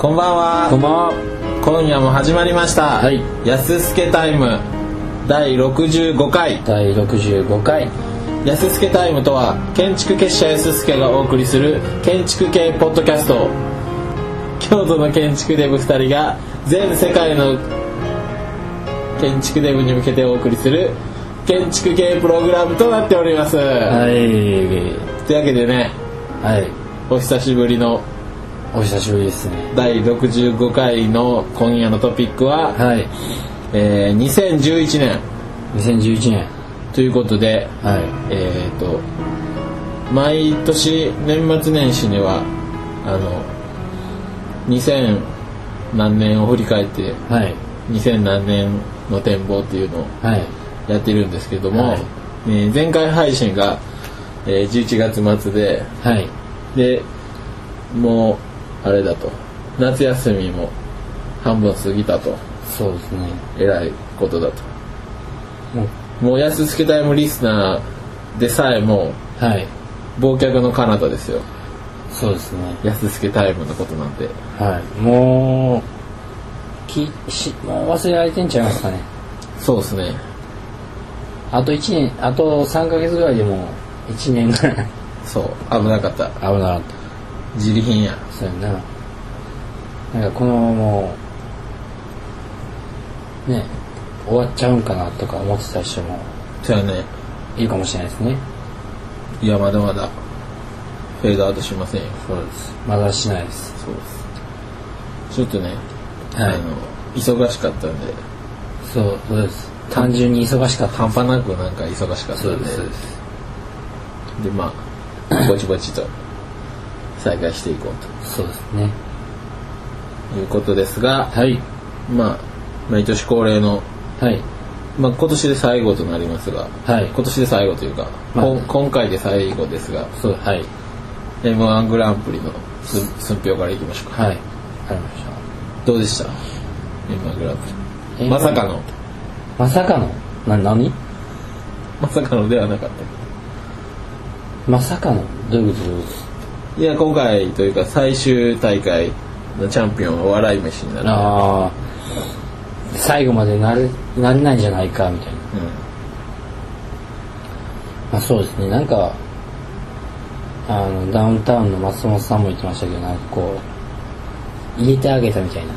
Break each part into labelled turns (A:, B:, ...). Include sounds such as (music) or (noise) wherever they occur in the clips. A: こんばんは
B: こんばんは。
A: 今夜も始まりました、
B: はい
A: やすすけタイム第65回
B: 第65回。
A: やすすけタイムとは建築結社やすすけがお送りする建築系ポッドキャスト京都の建築デブ2人が全世界の建築デブに向けてお送りする建築系プログラムとなっております、
B: はい。
A: というわけでね
B: はい。
A: お久しぶりの
B: お久しぶりですね。
A: 第65回の今夜のトピックは、
B: はい。
A: えー2011年
B: 2011年。
A: ということで
B: は
A: えっ、と毎年年末年始にはあの2000何年を振り返って
B: い。はい。
A: 2000何年の展望っていうのを
B: はい。
A: やってるんですけども、
B: はい
A: えー前回配信が、えー11月末で
B: はい。
A: でもうあれだと夏休みも半分過ぎたと
B: そうですね。
A: えらいことだと
B: もう
A: もう安助タイムリスナーでさえも
B: はい。
A: 忘却の彼方ですよ
B: そうですね。
A: 安助タイムのことなんて
B: はい。もう、き、し、もう忘れられてんちゃいますかね。
A: そうですね
B: あと1年、あと3ヶ月ぐらいでもう1年ぐらい。
A: そう危なかった
B: 危なかっ
A: 自利品や
B: た。そうやな。なんかこのもう、ね、終わっちゃうんかなとか思ってた人も
A: じゃあね
B: いるかもしれないですね。
A: いやまだまだフェードアウトしませんよ
B: そうです。まだしないです。
A: そうですちょっとね、
B: はい
A: あの忙しかったんで
B: そう、そうです。単純に忙しかった。
A: 半端なくなんか忙しかったんで
B: す。
A: でまあぼちぼちと再開していこう
B: そうですね。
A: ということですが、
B: はい。
A: まあ毎年恒例の
B: はい。
A: まあ、今年で最後となりますが、
B: はい
A: 今年で最後というか、
B: まあ
A: こん今回で最後ですが
B: そう、はい。
A: m 1グランプリのす寸評からいきましょうか
B: はい。わかりまし
A: どうでした m 1グランプ
B: え
A: リ
B: ー
A: まさかの
B: た。まさかの、な、何
A: まさかのではなかっ
B: まさかの、どういうことどういうこ
A: たいや今回というか最終大会のチャンピオンは笑い飯にな
B: と
A: る、
B: ああ、最後までなれ、なれないんじゃないか、みたいな。まあそうですね、なんか、あの、ダウンタウンの松本さんも言ってましたけど、なんかこう、入れてあげたみたいな。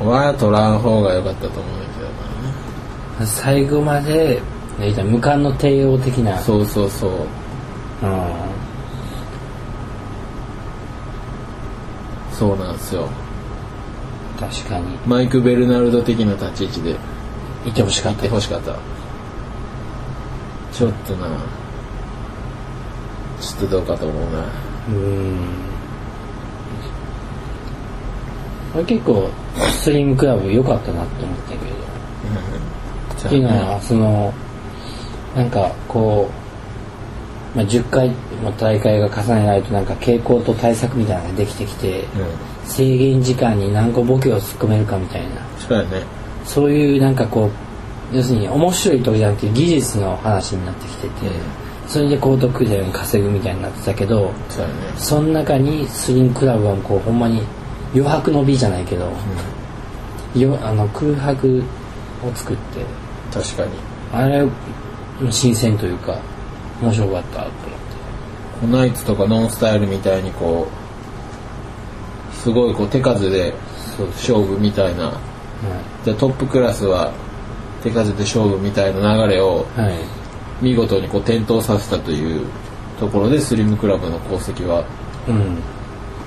A: うん、は取らん方が良かったと思うんだけどな
B: 最後まで言ったら無冠の帝王的な
A: そうそうそう
B: うん
A: そうなんですよ
B: 確かに
A: マイク・ベルナルド的な立ち位置で
B: いてほしか
A: 行
B: っ
A: って
B: た
A: ほしかったちょっとなちょっとどうかと思うな
B: うんこれ結構スリムクラブ良かったなって思ったけどっていうのはそのなんかこう、まあ、10回も大会が重ねないとなんか傾向と対策みたいなのができてきて
A: うん
B: 制限時間に何個ボケを突っ込めるかみたいな
A: そうやね
B: そういうなんかこう要するに面白いとかじゃなくて技術の話になってきてて、
A: うん
B: それで高得点を稼ぐみたいになってたけど
A: そうやね
B: その中にスリムクラブはこうほんまに余白の美じゃないけど、よあの空白を作って
A: 確かに
B: あれ新鮮というか面白かったと思って
A: こナイツとかノンスタイルみたいにこうすごいこう手数で
B: そうです、
A: 勝負みたいなでトップクラスは手数で勝負みたいな流れを
B: はい、はい、
A: 見事にこう転倒させたというところでスリムクラブの功績は
B: うん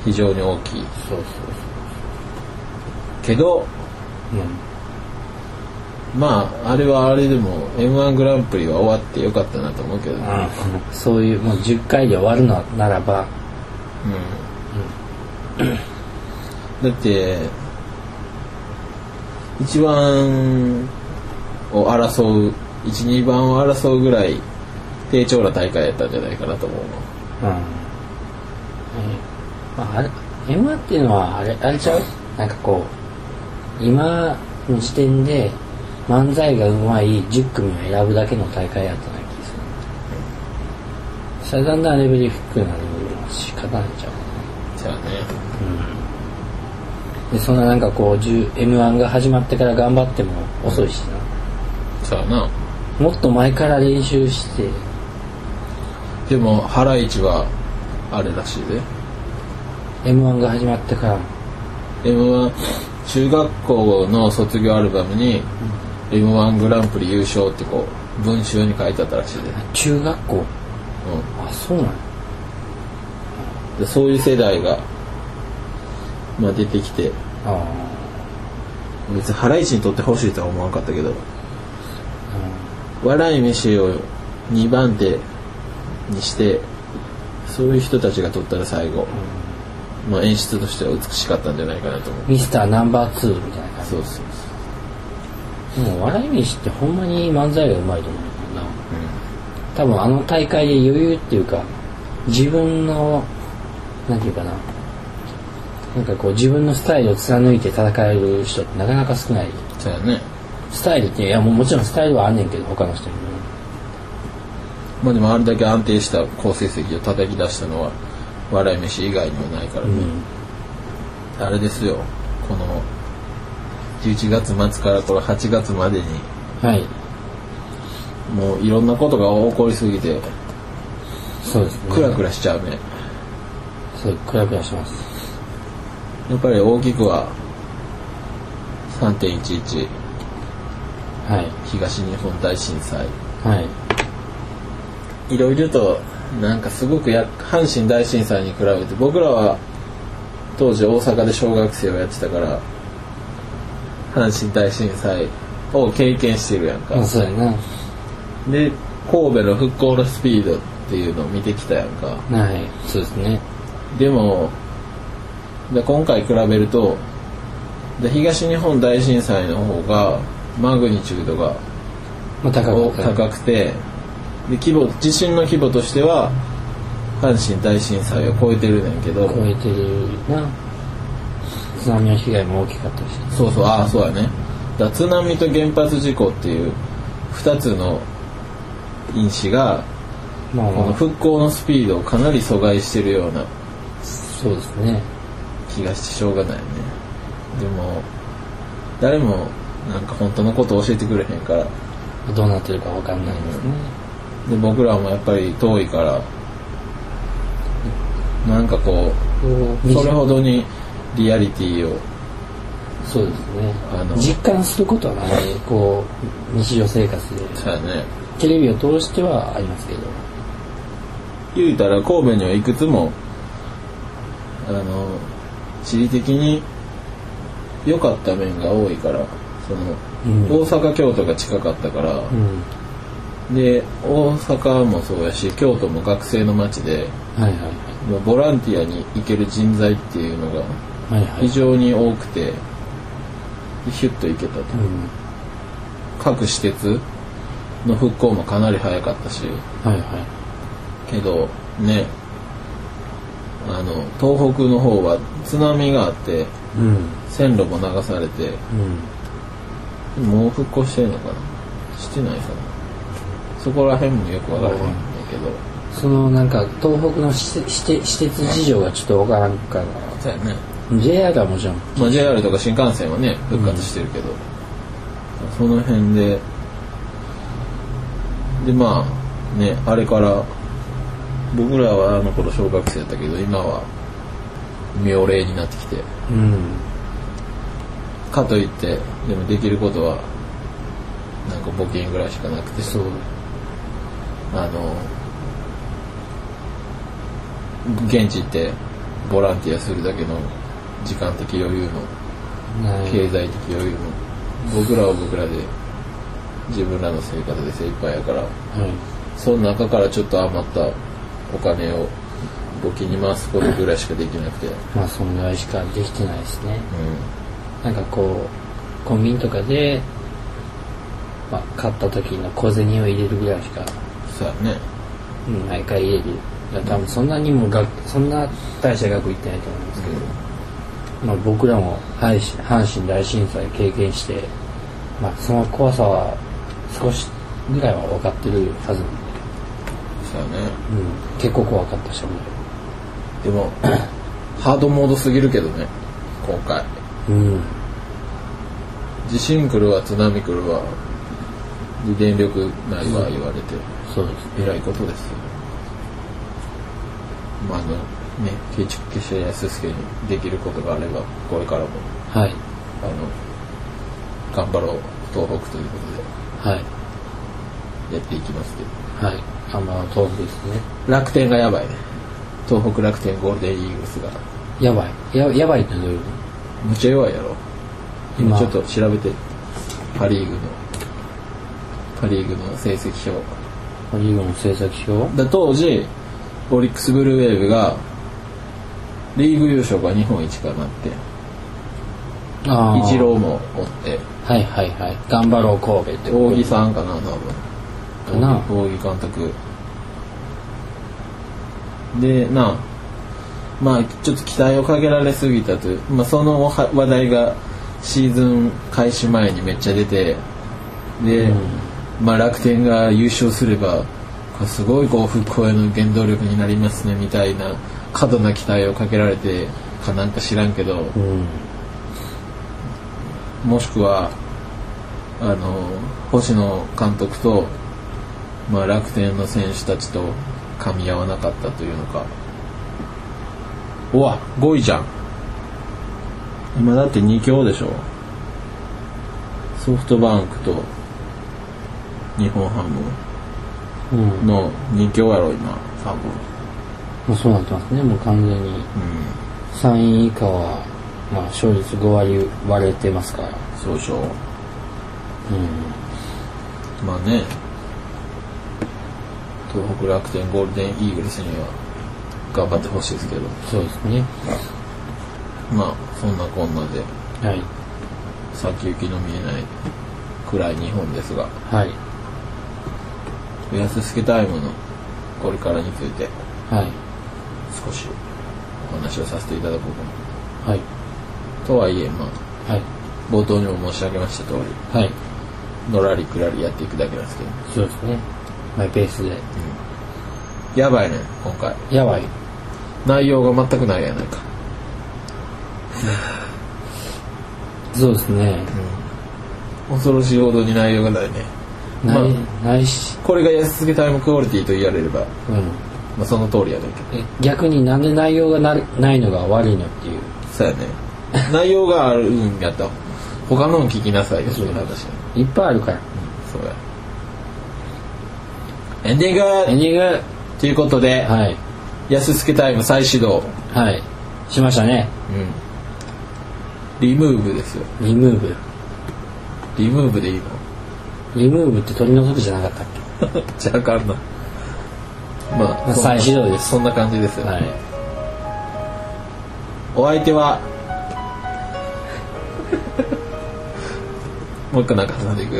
A: 非常に大きい
B: そうそう
A: けど
B: そう、うん
A: まああれはあれでも m 1グランプリは終わってよかったなと思うけど、ね
B: うんそういうもう10回で終わるのならば
A: だって一番を争う12番を争うぐらい低調な大会やったんじゃないかなと思うの
B: うん。まあ、あれ、M1 っていうのは、あれ、あれちゃうなんかこう、今の時点で、漫才がうまい10組を選ぶだけの大会やったような気がする。それだんだんレベル低くなるのは仕方ないんちゃう
A: そうやね
B: でそんななんかこう m 1が始まってから頑張っても遅いし
A: そうやな
B: なもっと前から練習して
A: でもハライチはあれらしいで
B: m 1が始まってから
A: m 1中学校の卒業アルバムに「m 1グランプリ優勝」ってこう文集に書いてあったらしいで,、
B: 中学校あそうなんや
A: うん、でそういう世代が、まあ、出てきて
B: あ
A: 別にハライチにとってほしいとは思わんかったけど、笑い飯を2番手にしてそういう人たちが撮ったら最後、まあ、演出としては美しかったんじゃないかなと思う
B: あミスターナンバー2みたいな感
A: そうそう
B: じでも笑い飯ってほんまに漫才がうまいと思うけどな、多分あの大会で余裕っていうか自分のなんていうかななんかこう自分のスタイルを貫いて戦える人ってなかなか少ない
A: そうやね
B: スタイルっていやもうもちろんスタイルはあんねんけど他の人にも
A: まあでもあれだけ安定した好成績を叩き出したのは笑い飯以外にはないからね、あれですよこの11月末からこの8月までに
B: はい
A: もういろんなことが起こりすぎて
B: そうですね
A: クラクラしちゃうね、
B: そうクラクラします
A: やっぱり大きくは3.11
B: はい
A: 東日本大震災
B: はい
A: いろいろとなんかすごくや阪神大震災に比べて僕らは当時大阪で小学生をやってたから阪神大震災を経験してるやんか、
B: あそうやな
A: で神戸の復興のスピードっていうのを見てきたやんか
B: はいそうですね
A: でもで今回比べるとで東日本大震災の方がマグニチュードが
B: まあ高かった
A: 高くてで規模地震の規模としては阪神大震災を超えてるねんけど
B: 超えてるな津波の被害も大きかったし
A: そうそうああそうやねだ津波と原発事故っていう2つの因子が
B: まあ
A: この
B: まあ
A: 復興のスピードをかなり阻害してるような
B: そうですね
A: 気がしてしょうがないよねでも誰もなんか本当のことを教えてくれへんから
B: どうなってるかわかんないですね
A: で僕らもやっぱり遠いからなんかこうそれほどにリアリティを
B: そうですね
A: あの
B: 実感することはないこう日常生活で
A: そうやね
B: テレビを通してはありますけど
A: 言うたら神戸にはいくつもあの地理的に良かった面が多いからその、
B: うん
A: 大阪京都が近かったから、
B: うん
A: で大阪もそうやし京都も学生の街で
B: はいはい
A: まあボランティアに行ける人材っていうのが
B: はいはい
A: 非常に多くて、ヒュッと行けたと
B: うん
A: 各施設の復興もかなり早かったし
B: はいはい
A: けどねあの東北の方は津波があって
B: うん
A: 線路も流されて
B: うん
A: もう復興してんのかなしてないかなそこら辺もよくわからへんんだけど
B: そのなんか東北の施設施設施設事情がちょっとわからんから
A: そうやね
B: JR はもちろん
A: まあ、JR とか新幹線はね復活してるけど、その辺ででまあねあれから僕らはあの頃小学生だったけど今は妙齢になってきて
B: うん
A: かといってでもできることはなんか募金ぐらいしかなくて
B: そう
A: あの現地行ってボランティアするだけの時間的余裕の
B: ない
A: 経済的余裕も僕らは僕らで自分らの生活で精一杯やから
B: はい
A: その中からちょっと余ったお金を募金に回すことぐらいしかできなくて、うん、
B: まあそのぐらいしかできてないですねなんかこうコンビニとかで、まあ、買った時の小銭を入れるぐらいしか、
A: さあね
B: うん、毎回入れるだから多分そんなにもがそんな大した額いってないと思うんですけど、まあ、僕らも阪神阪神大震災経験して、まあ、その怖さは少しぐらいは分かってるはずなんで、
A: さあね
B: うん、結構怖かったし俺
A: でも (coughs) ハードモードすぎるけどね今回
B: うん
A: 地震来るわ津波来るわで電力ないわ言われて、
B: そうですね
A: えらいことですよまああのね建築結社やすすけにできることがあればこれからも
B: はい
A: あの頑張ろう東北ということ
B: はい
A: でやっていきますけど
B: はいあの豆腐ですね
A: 楽天がやばいね東北楽天ゴールデンイーグルスが
B: やばいややばいってどういうこ
A: むっちゃ弱いやろ今
B: 今
A: ちょっと調べてパ・リーグのパ・リーグの成績表
B: とパ・リーグの成績表
A: だ当時オリックス・ブルーウェーブがリーグ優勝が日本一かなって
B: あ
A: イ
B: ー
A: チローもおって
B: はいはいはい頑張ろう神戸って
A: 大木
B: ん
A: さんかな多
B: か
A: 分
B: な
A: 大木大木監督でなあまあちょっと期待をかけられすぎたという、まあ、その話話題がシーズン開始前にめっちゃ出てで、まあ、楽天が優勝すればこうすごいこう復興への原動力になりますねみたいな過度な期待をかけられてかなんか知らんけど
B: うん
A: もしくはあの星野監督と、まあ、楽天の選手たちと噛み合わなかったというのかうわ5位じゃん今だって2強でしょソフトバンクと日本ハム
B: うんも
A: の2強やろ今多分
B: うそうなってますねもう完全に
A: う
B: 3位以下は、まあ、勝率5割割れてますから
A: んそうでしょ
B: うん
A: まあね東北楽天ゴールデンイーグルスには頑張ってほしいですけど
B: そうですね
A: まあそんなこんなで
B: はい
A: 先行きの見えない暗い日本ですが
B: はい
A: 安助タイムのこれからについて
B: はい
A: 少しお話をさせていただこうかな
B: はい
A: とはいえまあ
B: はい
A: 冒頭にも申し上げました通
B: はい
A: りのらりくらりやっていくだけなんですけど
B: そうですねマイペースで
A: やばいね今回
B: やばい
A: 内容が全くないやないか
B: そうですね
A: 恐ろしいほどに内容がないね
B: ない、
A: まあ
B: ないし
A: これが安助タイムクオリティと言われれば、
B: うん
A: まあ、その通りやねんけど
B: え逆になんで内容がなないのが悪いのっていう
A: そう
B: (laughs)
A: やね内容があるんやったら他のを聞きなさいよそういう話や
B: いっぱいあるから
A: そうやエンディング
B: エンディング
A: ということで、
B: はい
A: 安助タイム再始動、
B: はいしましたね
A: うん、リムーブですよ
B: リムーブ
A: リムーブでいいの
B: リムーブって取り除くじゃなかったっ
A: じゃああかんなま
B: まあ
A: そんな
B: 再始動です
A: そんな感じです
B: け
A: よ、
B: はい
A: お相手は (laughs) もう一個なんか挟んでいく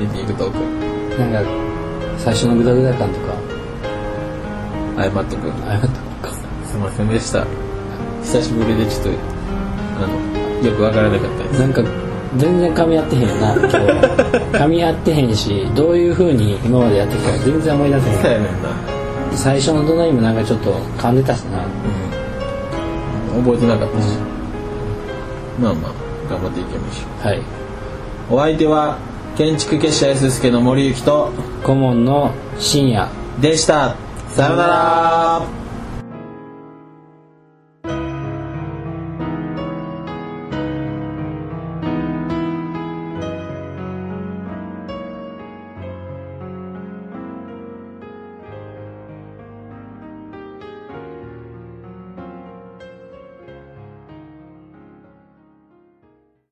A: エンディングトーク
B: なんか最初のグダグダ感とか
A: 謝っとく
B: あれだったのか
A: すいませんでした久しぶりでちょっとあのよくわからなかったです
B: なんか全然噛み合ってへんよな今日 (laughs) 噛み合ってへんしどういう風に今までやってきたか全然思い出せ
A: そう
B: へ
A: やねんな、
B: ん最初のどないもなんかちょっと噛んでたしな
A: うん、覚えてなかったし、まあまあ頑張っていきましょ
B: はいう
A: お相手は建築結社 S 助の森幸と
B: 顧問の深夜
A: でしたさようなら